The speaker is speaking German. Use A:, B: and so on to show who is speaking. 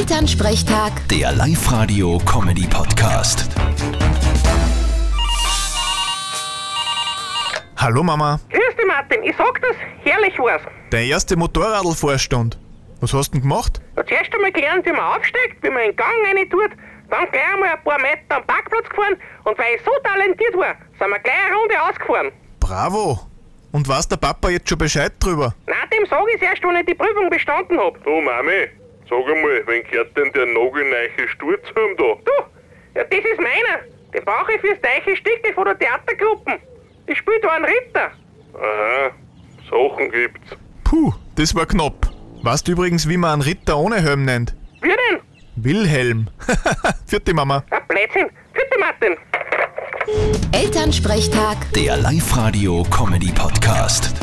A: Elternsprechtag,
B: Der Live-Radio-Comedy-Podcast.
C: Hallo Mama,
D: Grüß dich, Martin. Ich sag das, herrlich war's.
C: deine erste Motorradlvorstand. Was hast du denn gemacht?
D: Ja, Zuerst einmal gelernt, wie man aufsteigt, wie man in den Gang rein tut, dann gleich einmal ein paar Meter am Parkplatz gefahren und weil ich so talentiert war, sind wir gleich eine Runde ausgefahren.
C: Bravo! Und weiß der Papa jetzt schon Bescheid drüber?
D: Nein, dem sag ich's erst, wenn ich die Prüfung bestanden hab.
E: Du Mami, sag einmal, wen gehört denn der nagelneiche Sturzhelm da?
D: Du, ja, das ist meiner. Den brauche ich fürs Teiche Stickel von der Theatergruppen. Ich spiel da einen Ritter.
E: Aha, Sachen gibt's.
C: Puh, das war knapp. Weißt du übrigens, wie man einen Ritter ohne Helm nennt?
D: Wie denn?
C: Wilhelm. Vierte Mama.
D: Ein Blödsinn. Bitte, Martin.
A: Elternsprechtag.
B: Der Live-Radio-Comedy-Podcast.